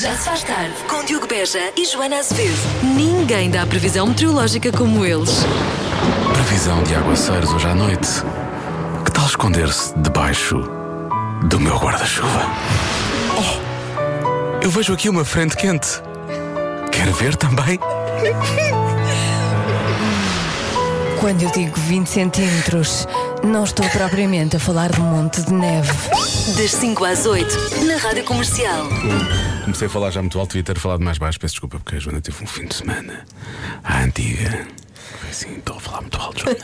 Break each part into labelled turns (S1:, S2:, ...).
S1: Já se faz tarde com Diogo Beja e Joana Azevedo. Ninguém dá previsão meteorológica como eles.
S2: Previsão de aguaceiros hoje à noite. Que tal esconder-se debaixo do meu guarda-chuva? Oh! Eu vejo aqui uma frente quente. Quer ver também?
S3: Quando eu digo 20 centímetros, não estou propriamente a falar de um monte de neve.
S1: Das 5 às 8, na Rádio Comercial.
S2: Comecei a falar já muito alto e ter falado mais baixo. Peço desculpa porque a Joana teve um fim de semana à antiga. Foi assim, estou a falar muito alto, Joana.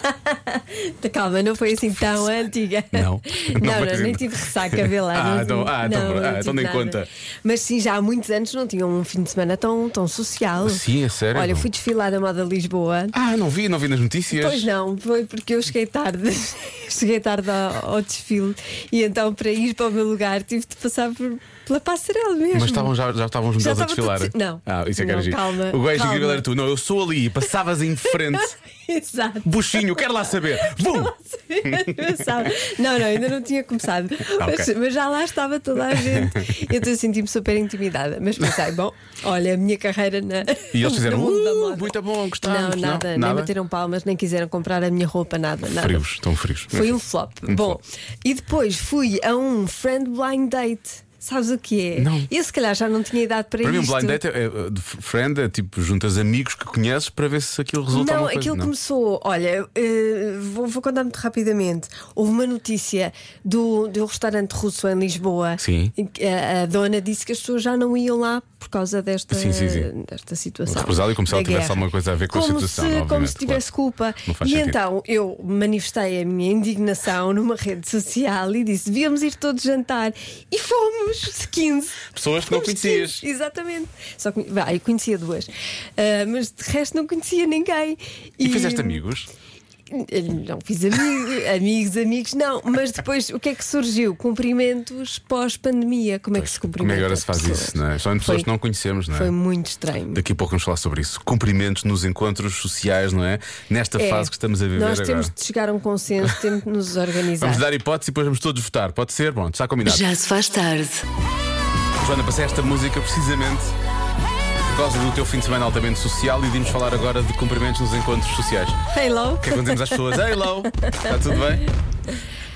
S3: Calma, não foi assim tão antiga.
S2: Não.
S3: Não,
S2: Não
S3: não,
S2: foi assim
S3: nem
S2: tão-
S3: tive ressaca, vê lá.
S2: Ah,
S3: não
S2: então-
S3: tive-
S2: ah, então pronto. Ah,
S3: tive
S2: então nem
S3: nada.
S2: conta.
S3: Mas sim, já há muitos anos não tinham um fim de semana tão, tão social.
S2: Sim, é sério?
S3: Olha, eu fui desfilar da moda Lisboa.
S2: Ah, não vi, não vi nas notícias.
S3: Pois não, foi porque eu cheguei tarde. cheguei tarde ao, ao desfile. E então, para ir para o meu lugar, tive de passar por- pela passarela mesmo.
S2: Mas estavam, já, já estavam juntos
S3: Já
S2: a
S3: estava tudo
S2: desfilar.
S3: de- não.
S2: Ah, isso é que era
S3: Não,
S2: giro.
S3: calma,
S2: O gajo
S3: calma.
S2: incrível era tu. Não, eu sou ali, passavas em frente.
S3: Exato.
S2: Buchinho, quero lá saber. Vum!
S3: Sabe? não, não, ainda não tinha começado.
S2: Ah, ok.
S3: Mas, mas já lá estava toda a gente. Então eu senti-me super intimidada. Mas pensei, bom, olha, a minha carreira na.
S2: E eles fizeram,
S3: no mundo da
S2: "Uh,
S3: moda."
S2: muito bom, gostamos.
S3: Não,
S2: Não,
S3: nada,
S2: nada?
S3: nem bateram palmas, nem quiseram comprar a minha roupa, nada, nada.
S2: Frios, estão frios.
S3: Foi um flop. Bom, e depois fui a um friend blind date. Sabes o que é?
S2: Não.
S3: Eu se calhar já não tinha idade para,
S2: Para mim, um
S3: isto.
S2: blind date é, é, é, de friend, é tipo juntas amigos que conheces para ver se aquilo resulta
S3: Não,
S2: alguma coisa.
S3: aquilo
S2: Não. é?
S3: começou. Olha, eh, vou, vou contar muito rapidamente. Houve uma notícia do, do restaurante russo em Lisboa.
S2: Sim.
S3: em que A, a dona disse que as pessoas já não iam lá por causa desta,
S2: Sim, sim, sim.
S3: desta situação.
S2: Represália, como se
S3: da
S2: ela tivesse
S3: guerra.
S2: alguma coisa a ver com a
S3: Como
S2: situação,
S3: Se, como
S2: obviamente,
S3: se tivesse
S2: claro.
S3: culpa.
S2: Não faz
S3: e
S2: sentido.
S3: então eu manifestei a minha indignação numa rede social e disse: devíamos ir todos jantar. E fomos 15.
S2: Pessoas que não
S3: Fomos
S2: conhecias.
S3: todos, Exatamente. Só que, vá, eu conhecia duas. Ah, mas de resto não conhecia ninguém.
S2: E fizeste amigos?
S3: Não fiz amigos, amigos, amigos, não. Mas depois o que é que surgiu? Cumprimentos pós-pandemia. Como é que se
S2: Como é
S3: cumprimenta?
S2: que agora se faz
S3: pessoas?
S2: isso, não é? Só em pessoas
S3: Foi-
S2: que não conhecemos, não é?
S3: Foi um muito estranho.
S2: Daqui a pouco vamos falar sobre isso. Cumprimentos nos encontros sociais, não é? Nesta
S3: É,
S2: fase que estamos a viver
S3: Nós
S2: agora.
S3: temos de chegar a um consenso, temos de nos organizar.
S2: Vamos dar hipótese e depois vamos todos votar. Pode ser? Bom, está combinado.
S1: Já se faz tarde.
S2: Joana, passei esta música precisamente por causa do teu fim de semana altamente social e vimos falar agora de cumprimentos nos encontros sociais.
S3: Hello.
S2: O que é que dizemos às pessoas? Hello! Está tudo bem?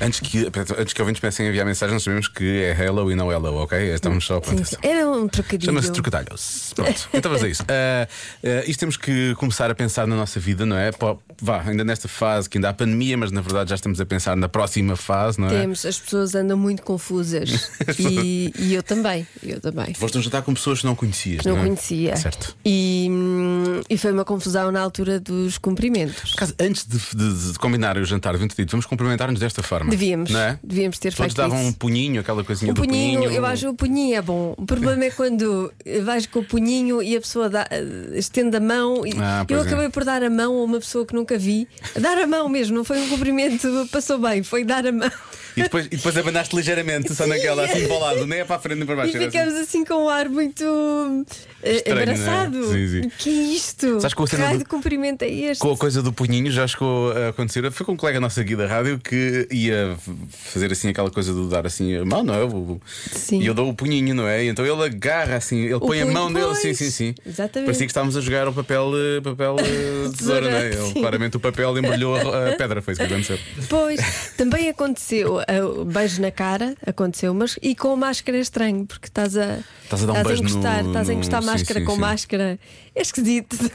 S2: Antes que, antes que ouvintes pensem em enviar mensagem, nós sabemos que é hello e não hello, ok? Estamos só para
S3: Sim, sim. Era um trocadilho.
S2: Chama-se trocadalhos. Pronto, então vamos a isso. Ah, ah, isto temos que começar a pensar na nossa vida, não é? Pó- vá, ainda nesta fase que ainda há pandemia, mas na verdade já estamos a pensar na próxima fase, não é?
S3: Temos, as pessoas andam muito confusas. e, e eu também. Eu também.
S2: Foste a um jantar com pessoas que não conhecias,
S3: Não
S2: é?
S3: conhecia.
S2: Certo.
S3: E, hum, e foi uma confusão na altura dos cumprimentos.
S2: Por acaso, antes de, de- de combinar o jantar, devemos ter dito, vamos cumprimentar-nos desta forma.
S3: Devíamos.
S2: Não é?
S3: Devíamos ter
S2: Todos
S3: feito
S2: davam um
S3: isso.
S2: punhinho, aquela coisinha
S3: O
S2: do
S3: punhinho,
S2: punhinho.
S3: eu acho que o punhinho é bom. O problema é quando vais com o punhinho e a pessoa dá- estende a mão. E
S2: Ah, pois
S3: eu
S2: é.
S3: acabei por dar a mão a uma pessoa que nunca vi. Dar a mão mesmo, não foi um cumprimento, passou bem, foi dar a mão.
S2: E depois, e depois abanaste ligeiramente, só naquela, assim para o lado, nem é para a frente nem para
S3: E
S2: baixo. era assim.
S3: ficamos assim com um ar muito eh,
S2: Estranho,
S3: embaraçado.
S2: não é? Sim, sim.
S3: Que é isto?
S2: Sabes que o
S3: que
S2: cena
S3: raio
S2: do-
S3: de cumprimento é este?
S2: Com a coisa do punhinho já chegou a acontecer. Foi com um colega nosso aqui da rádio que ia f- fazer assim aquela coisa de dar assim a mão, não é? O-
S3: Sim.
S2: E eu dou o punhinho, não é? E então ele agarra assim, ele põe a
S3: punho,
S2: mão dele,
S3: pois.
S2: sim, sim, sim.
S3: Exatamente.
S2: Parecia que estávamos a jogar o papel, eh, papel eh, tesoura, não é?
S3: Tesoura,
S2: Ele,
S3: sim.
S2: claramente o papel embrulhou a a pedra, foi isso que aconteceu.
S3: Pois, também aconteceu eh, o beijo na cara, aconteceu, mas e com máscara é estranho, porque estás a,
S2: Estás a dar um beijo no-
S3: encostar, estás a
S2: no-
S3: encostar
S2: sim,
S3: máscara
S2: sim,
S3: com
S2: sim.
S3: máscara. É esquisito,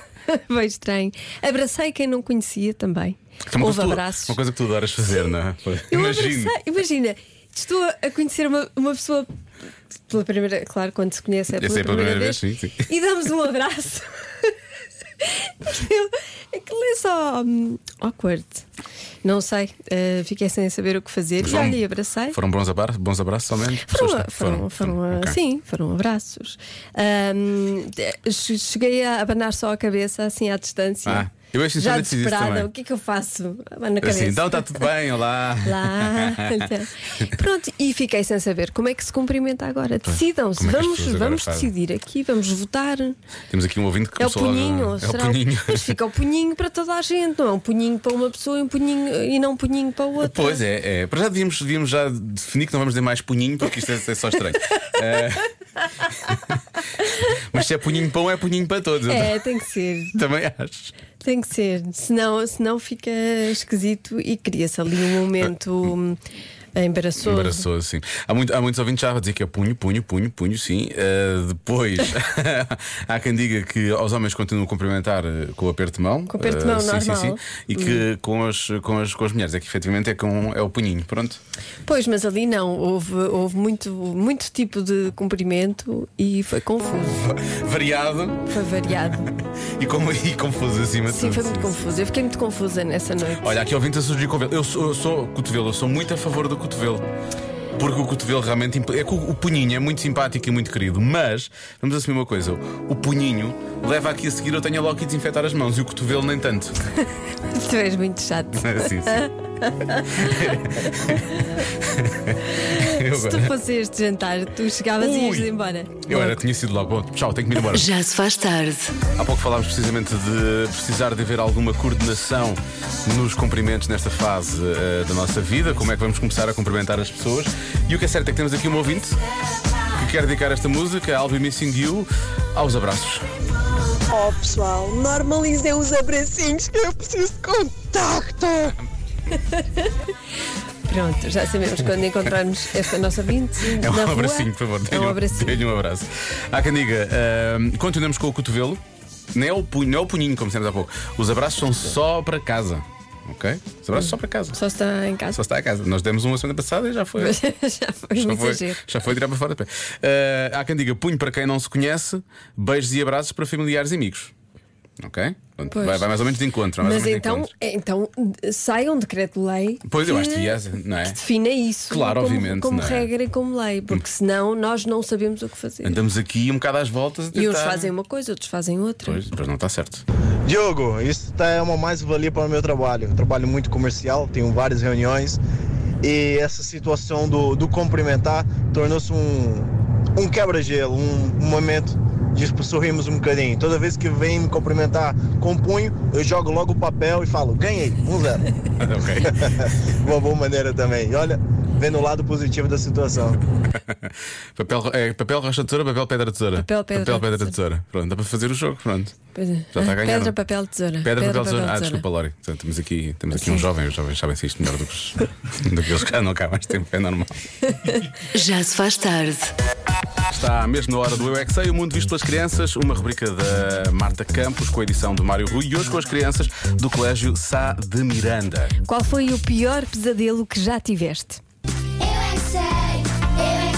S3: bem estranho. Abracei quem não conhecia também.
S2: Que é uma
S3: Houve
S2: coisa que tu-
S3: abraços.
S2: Uma coisa que tu adoras fazer, não é?
S3: Eu abracei- imagina, estou a conhecer uma, uma pessoa pela primeira, claro, quando se conhece é pela,
S2: sei,
S3: primeira, vez,
S2: sim, sim.
S3: e damos um abraço. Aquilo- Aquilo é só hum, awkward. Não sei, eh, fiquei sem saber o que fazer. E
S2: João,
S3: olha, e abracei.
S2: Foram bons abraços, bons abraços somente?
S3: Foram,
S2: Pessoas que-
S3: foram, foram,
S2: ok.
S3: sim, foram abraços. Hum, de- che- cheguei a abanar só a cabeça, assim à distância.
S2: Ah, eu acho que
S3: Já
S2: sinceramente fiz isso também.
S3: desesperada, o que é que eu faço? Abano a cabeça.
S2: Assim, então está tudo bem, olá.
S3: Lá. então. Pronto, e fiquei sem saber como é que se cumprimenta agora. Decidam-se,
S2: como é que as
S3: vamos,
S2: pessoas agora
S3: vamos
S2: fazem?
S3: decidir aqui, vamos votar.
S2: Temos aqui um ouvinte que
S3: É o
S2: começou logo-
S3: punhinho, ou
S2: É o
S3: será?
S2: punhinho.
S3: Mas fica o punhinho para toda a gente, não é um punhinho para uma pessoa e, um punhinho, e não um punhinho para outra.
S2: Pois é, é. Para já devíamos, devíamos já definir que não vamos dizer mais punhinho, porque isto é, é só estranho. Eh, Mas se é punhinho pão, é punhinho para todos. Eu
S3: É, tem que ser.
S2: Também acho.
S3: Tem que ser, senão, senão fica esquisito e cria-se ali um momento
S2: Ah,
S3: hum, embaraçoso.
S2: Embaraçoso, sim. Há, muito- há muitos ouvintes já a dizer que é punho, punho, punho, punho, sim. Eh, depois, há quem diga que aos homens continuam a cumprimentar eh, com o aperto de mão.
S3: Com o aperto de mão,
S2: Eh, sim, sim, sim.
S3: normal. Hum.
S2: E que com, as, com, as, com as mulheres é que efetivamente é, com, é o punhinho. Pronto.
S3: Pois, mas ali não, houve, houve muito, muito tipo de cumprimento e foi confuso,
S2: Variado
S3: foi variado.
S2: e, com, e confuso acima de
S3: Sim,
S2: tudo.
S3: foi muito confuso. Eu fiquei muito confusa nessa noite.
S2: Olha, aqui ouvinte a surgir cotovelo. Eu sou, eu sou cotovelo, eu sou muito a favor do cotovelo. Porque o cotovelo realmente. imp- É que o o punhinho é muito simpático e muito querido, mas vamos assumir uma coisa: o punhinho leva aqui a seguir, eu tenho logo que desinfetar as mãos e o cotovelo nem tanto.
S3: Tu és muito chato.
S2: sim, sim. eu
S3: Se tu
S2: agora-
S3: fosse este jantar, tu chegavas e ias
S2: Ui.
S3: embora.
S2: eu era, tinha sido logo. Bom, tchau, tenho que me ir embora.
S1: Já se faz tarde.
S2: Há pouco falámos precisamente de precisar de haver alguma coordenação nos cumprimentos nesta fase eh, da nossa vida, como é que vamos começar a cumprimentar as pessoas. E o que é certo é que temos aqui um ouvinte que quer dedicar esta música, I'll Be Missing You, aos abraços.
S4: Oh pessoal, normalizem os abracinhos que eu preciso de contacto!
S3: Pronto, já sabemos quando encontrarmos esta nossa vinte.
S2: É um
S3: na rua,
S2: abracinho, por favor,
S3: É um
S2: um-
S3: abracinho.
S2: dê-lhe um abraço. Há quem diga, eh, continuamos com o cotovelo, não é o, punho, não é o punhinho, como dissemos há pouco. Os abraços são só para casa, ok? Os abraços só para casa.
S3: Só está em casa.
S2: Só está a casa. Nós demos uma semana passada e já foi.
S3: já foi um
S2: Já foi,
S3: exagero.
S2: já foi tirar para fora de pé. Eh, há quem diga punho para quem não se conhece, beijos e abraços para familiares e amigos. Ok? Pronto,
S3: Pois.
S2: vai, vai mais ou menos de encontro. vai mais
S3: Mas
S2: ou menos de
S3: então,
S2: encontro.
S3: então sai um decreto-lei.
S2: Pois eu
S3: que-
S2: acho que yes, não é?
S3: que defina isso
S2: Claro,
S3: como,
S2: obviamente,
S3: como
S2: não é? Hum.
S3: regra e como lei, porque senão nós não sabemos o que fazer.
S2: Andamos aqui um bocado às voltas. a
S3: e uns
S2: tentar-
S3: fazem uma coisa, outros fazem outra.
S2: Pois, pois não está certo.
S5: Diogo, isso tá- é uma mais-valia para o meu trabalho. Eu trabalho muito comercial, tenho várias reuniões e essa situação do, do cumprimentar tornou-se um, um quebra-gelo, um, um momento de sorrirmos um bocadinho. Toda vez que vem me cumprimentar com um punho, eu jogo logo o papel e falo: ganhei,
S2: ok.
S5: 1-0. uma boa maneira também. E olha, vendo o lado positivo da situação.
S2: Papel, é, papel rocha tesoura, papel pedra tesoura.
S3: Papel, pedra,
S2: pedra, tesoura. Pronto, dá para fazer o jogo, pronto.
S3: Pois é.
S2: Já está a ganhar,
S3: Pedra,
S2: não?
S3: papel, tesoura.
S2: Pedra, papel, tesoura. Ah, desculpa, Lori. Portanto, temos aqui, temos aqui um jovem, os jovens sabem se isto melhor do que, os, do que eles cá, não cá há mais tempo, é normal.
S1: Já se faz tarde.
S2: Está mesmo na hora do Eu é Que Sei, o mundo visto pelas crianças, uma rubrica da Marta Campos com a edição do Mário Rui e hoje com as crianças do Colégio Sá de Miranda.
S3: Qual foi o pior pesadelo que já tiveste?
S6: Eu é que sei, eu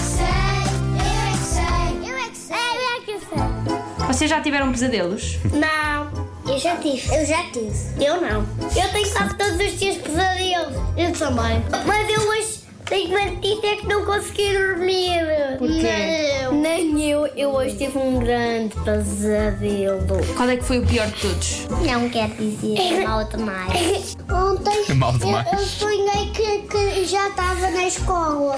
S6: é que sei, eu é que sei, eu é que sei, eu é que sei, eu
S7: Vocês já tiveram pesadelos?
S6: é que sei. Não. Eu já tive. Eu já tive. Eu não. Eu tenho quase todos os dias pesadelos. Eu também. Mas eu hoje tenho mantido é que não consegui dormir. Porquê? Não. Nem eu. Eu hoje tive um grande pesadelo.
S7: Qual é que foi o pior de todos?
S6: Não quer dizer mal demais. Ontem
S2: Mal demais.
S6: Eu, eu sonhei que, que já estava na escola.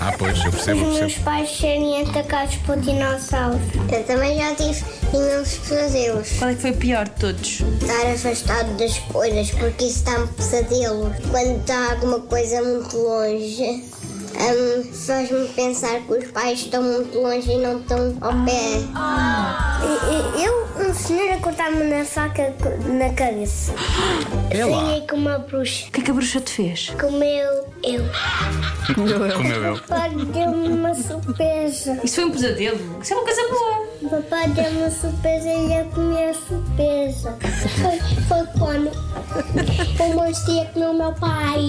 S2: Ah, pois, eu percebo, eu
S3: é.
S6: Os meus
S2: percebo.
S6: pais serem atacados por dinossauros. Eu também já tive imensos pesadelos.
S7: Qual é que foi o pior de todos?
S6: Estar afastado das coisas, porque isso dá-me pesadelos. Quando está alguma coisa muito longe, hum, faz-me pensar que os pais estão muito longe e não estão ao pé. Eu, um senhor a cortar-me na faca na cabeça.
S2: É lá. Sonhei
S6: com uma bruxa.
S7: O que é que a bruxa te fez?
S6: Comeu eu.
S2: Como eu, eu.
S6: Papai deu-me uma surpresa.
S7: Isso foi um pesadelo? Isso é uma coisa boa.
S6: O Papai deu uma surpresa e eu comi a surpresa. Foi, foi quando o monstro ia comer o meu pai.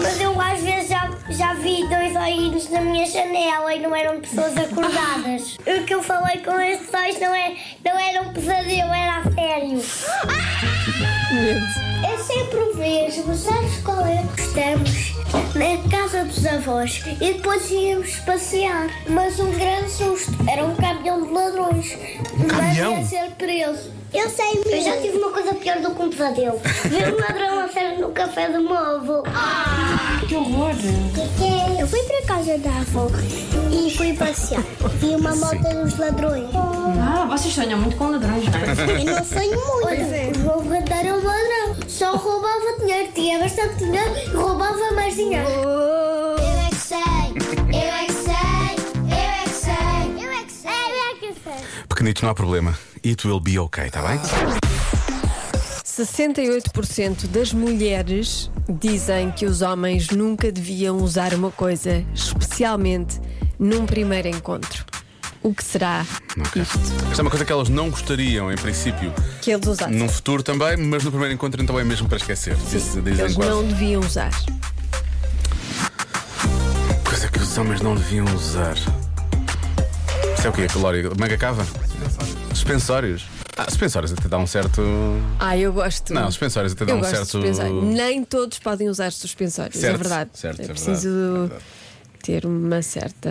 S6: Mas eu às vezes já, já vi dois olhinhos na minha janela e não eram pessoas acordadas. o que eu falei com esses dois não, é, não era um pesadelo, era a sério. Eu sempre vejo, sabes qual é? Estamos na casa dos avós e depois íamos passear. Mas um grande susto, era um caminhão de ladrões. Um
S2: caminhão?
S6: Mas ia ser preso. Eu sei mesmo. Eu já tive uma coisa pior do que um pesadelo. Ver um ladrão a sério no café do meu avô.
S7: Que horror.
S6: Eu fui para casa da avó e fui passear. Vi uma moto dos ladrões.
S7: Ah, vocês sonham muito com ladrões, não é?
S6: Eu não sonho muito. O meu gato era um ladrão. Só roubava dinheiro. Tinha bastante dinheiro e roubava mais dinheiro. Eu é que sei. Eu é que sei. Eu é que sei. Eu é que sei. Eu é que sei.
S2: Pequenitos, não há problema. It will be okay, está bem?
S3: 68% das mulheres dizem que os homens nunca deviam usar uma coisa, especialmente num primeiro encontro. O que será isto?
S2: Isto é uma coisa que elas não gostariam, em princípio.
S3: Que eles usassem.
S2: Num futuro também, mas no primeiro encontro então é mesmo para esquecer. Diz-
S3: Sim,
S2: dizem
S3: eles
S2: quase.
S3: não deviam usar.
S2: Coisa que os homens não deviam usar. Isso é o quê, calórico? Manga cava? Suspensórios. Ah, suspensórios até dá um certo.
S3: Ah, eu gosto.
S2: Não, suspensórios até dá
S3: Eu
S2: um
S3: gosto de
S2: certo.
S3: suspensórios. Nem todos podem usar suspensórios, é
S2: Certo,
S3: verdade.
S2: certo, é
S3: é
S2: verdade,
S3: preciso ter uma certa.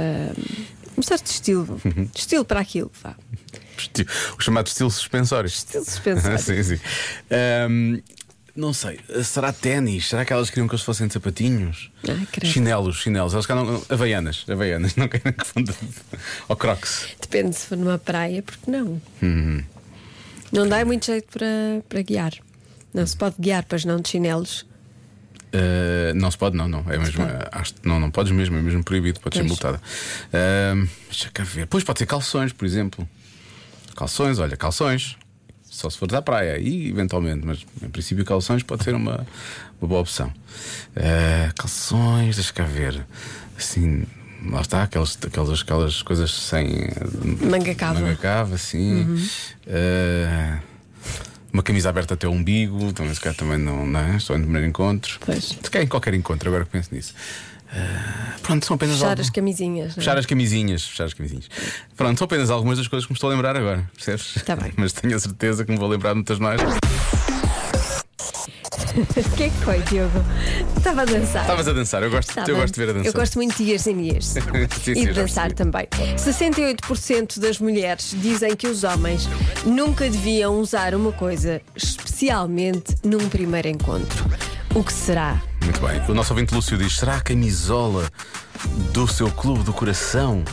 S3: um certo estilo.
S2: Uhum.
S3: Estilo para aquilo, vá.
S2: Esti- Tipo, O chamado estilo suspensório.
S3: Estilo suspensório.
S2: sim, sim. Ahm, não sei, será ténis? Será que elas queriam que eles fossem de sapatinhos?
S3: Ai, Ah, credo.
S2: chinelos, chinelos. Elas querem Havaianas, Havaianas, não querem que funda. Ou crocs.
S3: Depende se for numa praia, porque não.
S2: Uhum.
S3: Não dá muito jeito para, para guiar. Não se pode guiar, pois não, de chinelos.
S2: Ah, não se pode, não, não. É mesmo,
S3: pode.
S2: acho que não, não podes mesmo, é mesmo proibido, pode ser
S3: Pois.
S2: multada. Ahm, deixa cá ver. Pois pode ser calções, por exemplo. Calções, olha, calções. Só se for à praia, aí eventualmente, mas em princípio calções pode ser uma, uma boa opção. Ah, calções, deixa cá ver. Assim, lá está, aquelas, aquelas, aquelas coisas sem.
S3: Manga cava.
S2: Manga cava, assim.
S3: Uhum.
S2: Ah, uma camisa aberta até o umbigo, também se calhar também não, não é? Estou em primeiro encontro.
S3: Pois.
S2: Se calhar em qualquer encontro, agora que penso nisso. Ah, pronto, são apenas
S3: Fechar
S2: algum-
S3: as camisinhas. não é?
S2: Fechar as camisinhas, fechar as camisinhas. Pronto, são apenas algumas das coisas que me estou a lembrar agora, percebes?
S3: Tá bem.
S2: Mas tenho a certeza que me vou lembrar de muitas mais.
S3: O que é que foi, Diogo? Estava a dançar.
S2: Estavas a dançar, eu gosto,
S3: Tá
S2: eu
S3: bem.
S2: gosto de ver a dançar.
S3: Eu gosto muito de years and years.
S2: Sim, sim,
S3: e de
S2: já
S3: dançar
S2: percebi.
S3: também. 68% das mulheres dizem que os homens nunca deviam usar uma coisa, especialmente num primeiro encontro. O que será?
S2: Muito bem. O nosso ouvinte Lúcio diz: será a camisola do seu clube do coração?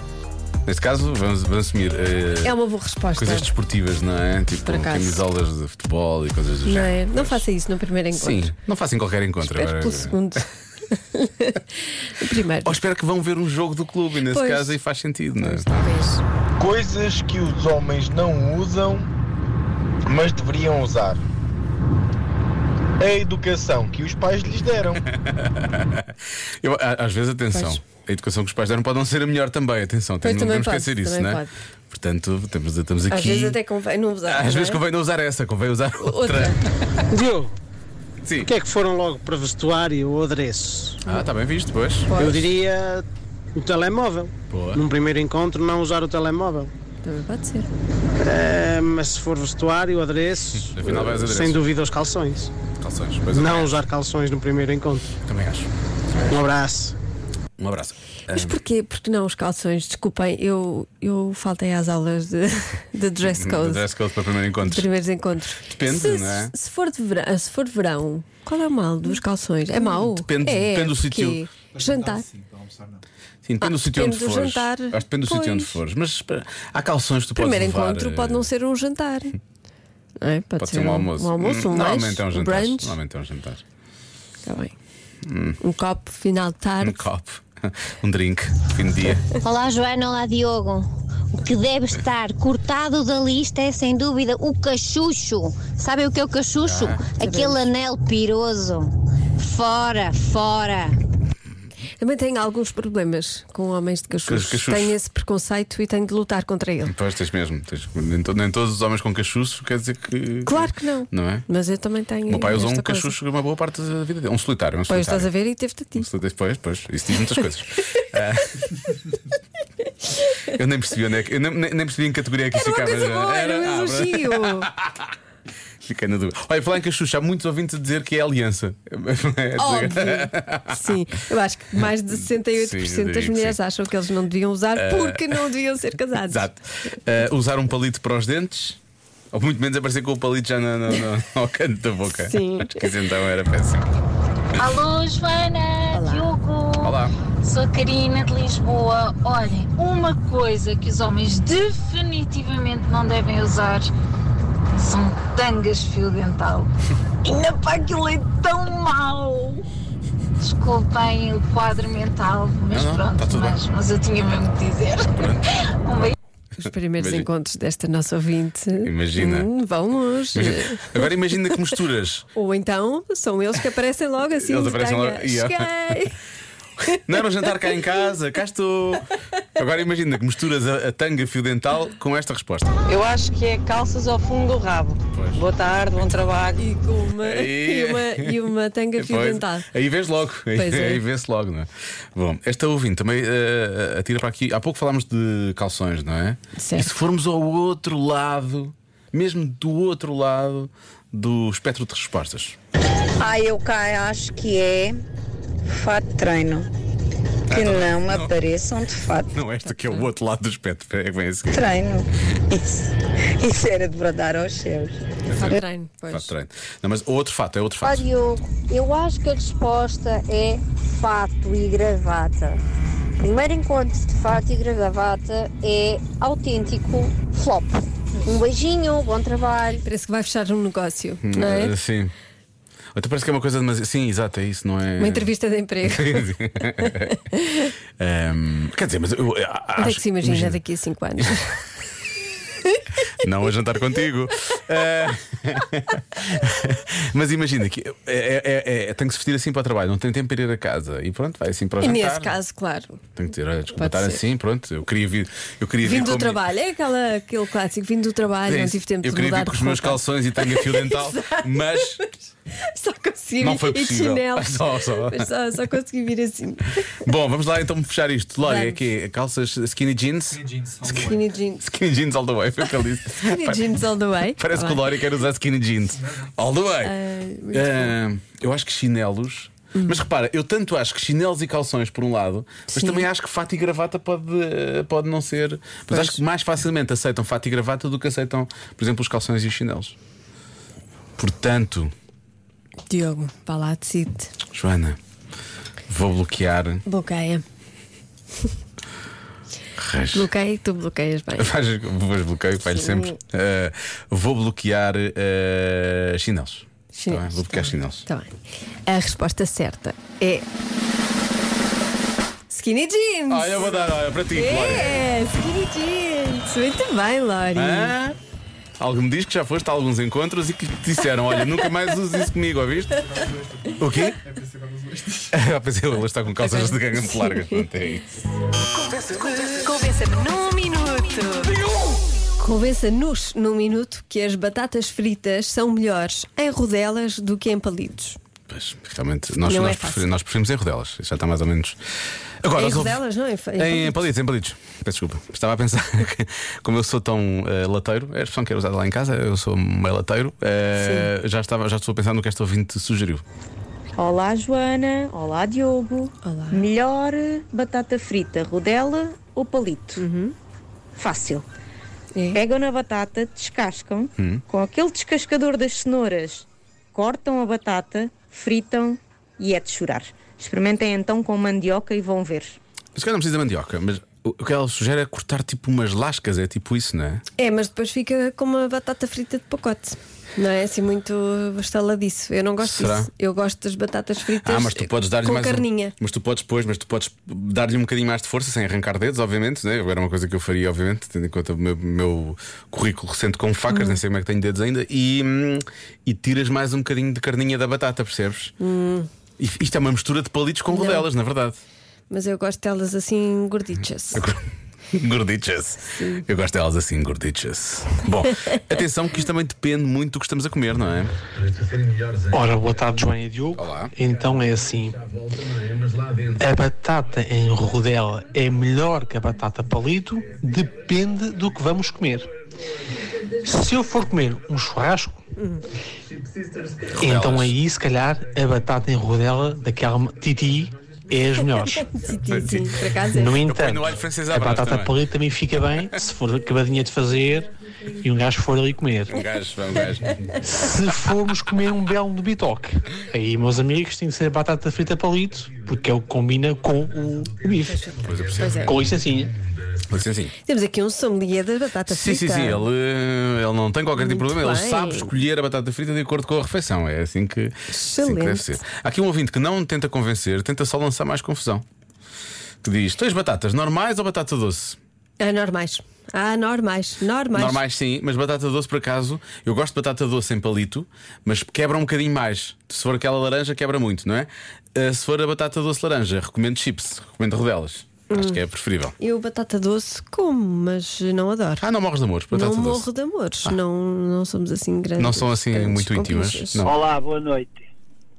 S2: Neste caso, vamos, vamos assumir. ah,
S3: É uma boa resposta.
S2: Coisas desportivas, não é? Tipo
S3: Por acaso.
S2: camisolas de futebol e coisas do
S3: Não,
S2: género.
S3: é? não faça isso no primeiro encontro.
S2: Sim, não façam qualquer encontro.
S3: Espero pelo segundo. o primeiro.
S2: Ou espero que vão ver um jogo do clube, e nesse
S3: Pois.
S2: caso aí faz sentido, não é?
S3: Talvez.
S5: Coisas que os homens não usam, mas deveriam usar. A educação que os pais lhes deram.
S2: Eu, a- às vezes, atenção,
S3: Pois.
S2: a educação que os pais deram pode não ser a melhor também, atenção,
S3: Pois,
S2: não
S3: também
S2: podemos
S3: pode,
S2: esquecer isso,
S3: também
S2: não é?
S3: pode.
S2: Portanto, estamos, estamos aqui.
S3: Às vezes até convém não usar.
S2: Às
S3: não
S2: vezes
S3: é?
S2: convém não usar essa, convém usar outra.
S3: Outra.
S8: Diogo,
S2: Sim.
S8: o que é que foram logo para vestuário ou adereço?
S2: Ah, está bem visto, pois.
S8: Eu diria o telemóvel.
S2: Boa.
S8: Num primeiro encontro, não usar o telemóvel.
S3: Também pode ser.
S2: É.
S8: Eh, mas se for vestuário, adereço,
S2: Afinal, vais
S8: eh,
S2: adereço.
S8: sem dúvida os calções.
S2: Calções, pois eu
S8: Não usar calções no primeiro encontro.
S2: também acho.
S8: Um abraço.
S2: Um abraço.
S3: Mas porquê? Porque não os calções? Desculpem, eu, eu faltei às aulas de, de dress
S2: Um
S3: code.
S2: Dress code para o primeiro
S3: de
S2: encontro.
S3: Primeiros encontros.
S2: Depende,
S3: se,
S2: não é?
S3: Se for, de verão, se for de verão, qual é o mal dos calções? É mau?
S2: Depende-
S3: é,
S2: depende do
S3: porque
S2: sítio.
S3: Jantar.
S2: Sim, depende
S3: Ah,
S2: do sítio onde
S3: depende do
S2: fores.
S3: jantar.
S2: Acho que depende do sítio onde
S3: Pois.
S2: fores. Mas espera, há calções que tu
S3: Primeiro
S2: podes levar.
S3: encontro
S2: eh,
S3: pode não ser um jantar. Não é? Pode,
S2: Pode ser um almoço.
S3: Um almoço,
S2: Hum,
S3: um lanche,
S2: Normalmente é um jantar.
S3: brunch.
S2: Normalmente Hum. é um jantar.
S3: Tá bem. Um copo final de
S2: Um
S3: tarde.
S2: copo, um drink, fim de dia.
S9: Olá Joana, olá Diogo. O que deve estar cortado da lista é sem dúvida o cachucho. Sabem o que é o cachucho? Aquele anel piroso. Fora, fora.
S3: Também tenho alguns problemas com homens de cachorros.
S2: Cach- cachorros.
S3: Tenho esse preconceito e tenho de lutar contra ele.
S2: Pois tens mesmo. tens- nem, to- nem todos os homens com cachuço quer dizer que.
S3: Claro que não.
S2: Não é?
S3: Mas eu também tenho.
S2: O meu pai usou um
S3: esta coisa.
S2: cachucho uma boa parte da vida dele. Um solitário. Um
S3: Pois
S2: solitário.
S3: estás a ver e teve-te a ti.
S2: Um solitário. Pois, pois. Isso diz muitas coisas. Ah. Eu nem percebi onde é que. Eu nem, nem- nem percebi em que categoria é que isso
S3: Era uma
S2: ficava.
S3: coisa boa, era um
S2: ah,
S3: elogio.
S2: Fiquei na dúvida. Olha, falar em cachucho, há muitos ouvintes a dizer que é aliança. É
S3: Óbvio. Sim, eu acho que mais de 68%
S2: Sim, eu diria
S3: das
S2: que
S3: mulheres
S2: sim. Eh,
S3: acham que eles não deviam usar porque não deviam ser casados.
S2: Exato. Ah, usar um palito para os dentes. Ou muito menos aparecer com o palito já no, no, no- ao canto da boca.
S3: Sim.
S2: Acho que isso então era péssimo.
S10: Alô, Joana, Diogo.
S2: Olá.
S10: Sou a Karina de Lisboa. Olhem, uma coisa que os homens definitivamente não devem usar são tangas de fio dental. Ainda para aquilo é tão mau. Desculpem o quadro mental, mas
S2: Não, não, tá
S10: pronto,
S2: tudo bem.
S10: mas, mas eu tinha mesmo de dizer. Um beijo.
S3: Os primeiros
S2: Imagina.
S3: encontros desta nossa ouvinte
S2: Imagina.
S3: hum, vão longe.
S2: Imagina- Agora imagina que misturas.
S3: Ou então são eles que aparecem logo assim.
S2: Eles aparecem
S3: tanga.
S2: logo, yeah.
S3: Cheguei.
S2: Não era um jantar cá em casa, cá estou. Agora imagina que misturas a, a tanga fio dental com esta resposta.
S11: Eu acho que é calças ao fundo do rabo. Boa tarde, bom trabalho.
S3: E com uma,
S2: Aí-
S3: e uma, e uma tanga fio
S2: Pois,
S3: dental.
S2: Aí vês logo. Aí,
S3: Pois é.
S2: aí vês logo, não é? Bom, esta ouvinte também eh, atira para aqui. Há pouco falámos de calções, não é?
S3: Certo.
S2: E se formos ao outro lado, mesmo do outro lado do espectro de respostas.
S12: Ah, eu cá acho que é fato de treino. Que
S2: Ah,
S12: não me
S2: não.
S12: apareçam de fato
S2: Não, esta que é o outro lado do espectro. É que vem a seguir.
S12: de treino. Isso, isso era de bradar aos céus.
S2: Fato de
S3: treino,
S2: Fato de treino. Não, mas outro fato, é outro fato.
S13: Ó Diogo, eu acho que a resposta é fato e gravata. Primeiro encontro de fato e gravata é autêntico flop. Um beijinho, bom trabalho.
S3: Parece que vai fechar um negócio,
S2: Hum,
S3: não é?
S2: eh, Sim. Até parece que é uma coisa demasiado. Sim, exato, é isso, não é?
S3: Uma entrevista de emprego.
S2: Ahm, Ehm, quer dizer, mas eu, eu acho,
S3: Onde é que se imagina, daqui a 5 anos?
S2: é Não a jantar contigo. Eh, mas imagina que é, é- é- é- tem que se vestir assim para o trabalho, não tem tempo para ir a casa. E pronto, vai assim para o
S3: E
S2: jantar.
S3: nesse caso, claro.
S2: Tem que dizer, olha, desculpa,
S3: Pode
S2: estar
S3: ser.
S2: assim, pronto. Eu queria vir. Eu queria vir
S3: Vindo do
S2: como-
S3: trabalho, é aquela, aquele clássico, vindo do trabalho,
S2: É
S3: não
S2: isso.
S3: tive tempo
S2: eu
S3: de
S2: queria
S3: mudar
S2: vir com os
S3: de
S2: meus
S3: roupa.
S2: calções e tanga fio dental,
S3: Exato.
S2: mas
S3: Só consegui
S2: Não foi
S3: e de
S2: possível.
S3: chinelos.
S2: Só- só.
S3: Mas só, só consegui vir assim.
S2: Bom, vamos lá então fechar isto. Lória,
S3: Vamos.
S2: aqui, calças skinny jeans. Skinny jeans,
S3: Skinny jeans.
S2: skinny jeans all the way, foi o que ele disse.
S3: Skinny jeans all the way.
S2: Parece
S3: Tá
S2: que o
S3: bem.
S2: Lória quer usar skinny jeans. All the way.
S3: Ai, muito Hum.
S2: Ah, eu acho que chinelos. Mas repara, eu tanto acho que chinelos e calções por um lado, mas
S3: Sim.
S2: também acho que fato e gravata pode, eh, pode não ser. Mas acho que mais facilmente aceitam fato e gravata do que aceitam, por exemplo, os calções e os chinelos. Portanto,
S3: Diogo, vá lá, decide.
S2: Joana, vou bloquear.
S3: Bloqueia.
S2: Reis.
S3: Bloqueia e tu bloqueias bem.
S2: Faz, faz bloqueio, falho
S3: Sim.
S2: sempre. Eh, vou bloquear eh, chinelos.
S3: Chinelos,
S2: Tá bem? Vou bloquear chinelos.
S3: Tá bem. A resposta certa é. Skinny jeans!
S2: Olha, Ah, vou dar, olha, para ti, Glória.
S3: É, skinny jeans! Muito bem, Lori.
S2: Hã? Algo me diz que já foste a alguns encontros e que te disseram: Olha, nunca mais uses isso comigo, ouviste? O quê? Ah, pois ele ele está com calças de gangue muito largas. Pronto, é isso.
S1: Convença-me num minuto.
S3: Convença-nos num minuto que as batatas fritas são melhores em rodelas do que em palitos.
S2: Pois, realmente, nós,
S3: Não
S2: nós,
S3: é fácil.
S2: preferimos, nós preferimos em rodelas. Isso Já está mais ou menos.
S3: em
S2: houve-
S3: rodelas, não? Em,
S2: Em palitos, em palitos. Peço desculpa. Estava a pensar que, como eu sou tão eh, lateiro, é a expressão que era usada lá em casa, eu sou meio lateiro, eh, já, estava, já estou a pensar no que esta ouvinte sugeriu.
S14: Olá, Joana. Olá, Diogo.
S3: Olá.
S14: Melhor batata frita, rodela ou palito? Fácil. Pegam na batata, descascam.
S15: Hum.
S14: Com aquele descascador das cenouras, cortam a batata, fritam e é de chorar. Experimentem então com mandioca e vão ver.
S2: Se calhar não precisa de mandioca, mas o o que ela sugere é cortar tipo umas lascas, é tipo isso, não é?
S3: É, mas depois fica com uma batata frita de pacote. Não é assim muito estaladiço. Eu não gosto
S2: Será?
S3: disso. Eu gosto das batatas fritas
S2: Ah, mas tu podes dar-lhe
S3: com
S2: mais. um-
S3: carninha.
S2: mas tu podes, pois, mas tu podes dar-lhe um bocadinho mais de força sem arrancar dedos, obviamente. Né? Era uma coisa que eu faria, obviamente, tendo em conta o meu, meu currículo recente com facas,
S3: Hum.
S2: nem sei como é que tenho dedos ainda. E, hum, e tiras mais um bocadinho de carninha da batata, percebes?
S3: Hum,
S2: E Isto é uma mistura de palitos com
S3: Não.
S2: rodelas, na verdade.
S3: mas eu gosto delas assim gordichas.
S2: Gordichas. Eu gosto delas assim, gordichas. Bom, atenção que isto também depende muito do que estamos a comer, não é?
S16: Ora, boa tarde, Joana e Diogo. Então é assim: a batata em rodela é melhor que a batata palito, depende do que vamos comer. Se eu for comer um churrasco,
S2: Hum.
S16: então aí, se calhar, a batata em rodela daquela titi é as melhores.
S3: sim, por acaso é.
S16: No
S2: Eu
S16: entanto,
S2: ponho alho francês à
S16: a
S2: brás
S16: batata
S2: também.
S16: palito também fica bem se for acabadinha de fazer e um gajo for ali comer.
S2: Um gajo, um gajo.
S16: Se formos comer um belo de bitoque, aí, meus amigos, tem que ser batata frita palito, porque é o que combina com o bife.
S3: Pois é.
S16: Com licencinha.
S2: Licencinha.
S3: Temos aqui um sommelier da batata
S2: Sim, sim,
S3: frita.
S2: sim. Ele, ele não tem qualquer tipo de
S3: Muito
S2: problema.
S3: bem.
S2: Ele sabe escolher a batata frita de acordo com a refeição. É assim que, assim que
S3: Excelente.
S2: deve ser. Há aqui um ouvinte que não tenta convencer, tenta só lançar mais confusão. Que diz: Tens batatas normais ou batata doce?
S3: É normais. Ah, normais, normais.
S2: Normais sim, mas batata doce por acaso, eu gosto de batata doce em palito, mas quebra um bocadinho mais. Se for aquela laranja, quebra muito, não é? Ah, se for a batata doce laranja, recomendo chips, recomendo rodelas. Acho
S3: Hum.
S2: que é preferível.
S3: Eu batata doce como, mas não adoro.
S2: Ah, não morres de amores, batata
S3: Não
S2: doce. Ah.
S3: morro de amores, não, não somos assim grandes.
S2: Não são assim
S3: grandes
S2: muito
S3: compridas.
S2: íntimas, não.
S5: Olá, boa noite.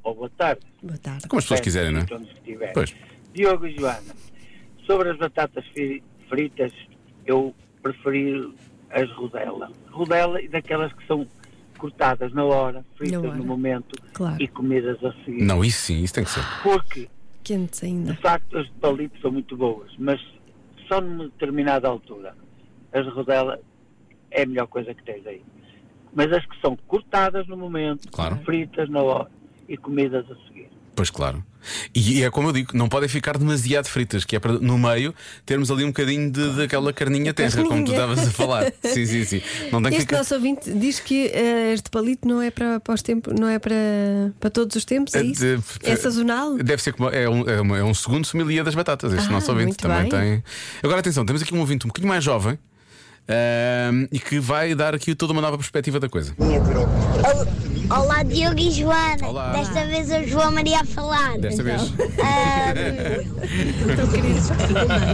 S5: Ou boa tarde.
S3: Boa tarde.
S2: Como as pessoas quiserem, não é?
S5: Onde estiver.
S2: Pois.
S5: Diogo e Joana, sobre as batatas fri- fritas, eu preferi as rodela. Rodela e daquelas que são cortadas na hora, fritas
S3: Na hora.
S5: no momento
S3: Claro.
S5: e comidas a seguir.
S2: Não, isso sim, isso tem que ser.
S5: Porque,
S3: Quentes ainda.
S5: de facto, as de palito são muito boas, mas só numa determinada altura. As rodela é a melhor coisa que tens aí. Mas as que são cortadas no momento,
S2: Claro.
S5: fritas na hora e comidas a seguir.
S2: Pois claro. E é como eu digo, não podem ficar demasiado fritas, que é para no meio termos ali um bocadinho de, daquela carninha tenra, como tu
S3: Carninha.
S2: estavas a falar. sim, sim, sim. Não tem que
S3: Este
S2: ficar.
S3: nosso ouvinte diz que eh, este palito não é para, para os tempos, não é para, para todos os tempos, é isso?
S2: Eh, de-
S3: É sazonal?
S2: Deve ser como. É um, é uma- é um segundo sommelier das batatas. Este
S3: Ah,
S2: nosso ouvinte
S3: muito
S2: também
S3: bem.
S2: tem. Agora atenção, temos aqui um ouvinte um bocadinho mais jovem ahm, e que vai dar aqui toda uma nova perspectiva da coisa.
S6: Olá, Diogo e Joana.
S2: Olá.
S6: Desta vez a João Maria a falar.
S2: Desta
S3: Então.
S2: vez.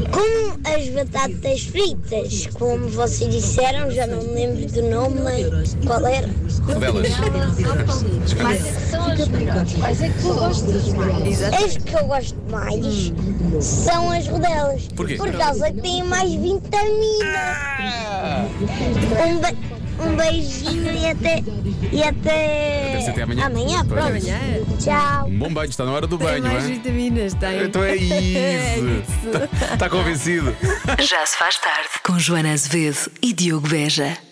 S6: Como as batatas fritas, como vocês disseram, já não me lembro do nome, mas qual era?
S2: Rodelas.
S6: Quais é que são as melhores? Quais é que tu gostas mais? As É que eu gosto mais são as rodelas.
S2: Porquê?
S6: Por causa que têm mais vitamina. Um, be- um beijinho e até. E até.
S2: Deve ser até amanhã.
S6: pronto.
S2: Pois.
S6: Tchau.
S2: Um bom banho, está na hora do
S3: Tem
S2: banho,
S3: É
S2: é?
S3: mais
S2: hein?
S3: vitaminas, tem.
S2: Então é isso. Está convencido?
S1: Já se faz tarde com Joana Azevedo e Diogo Beja.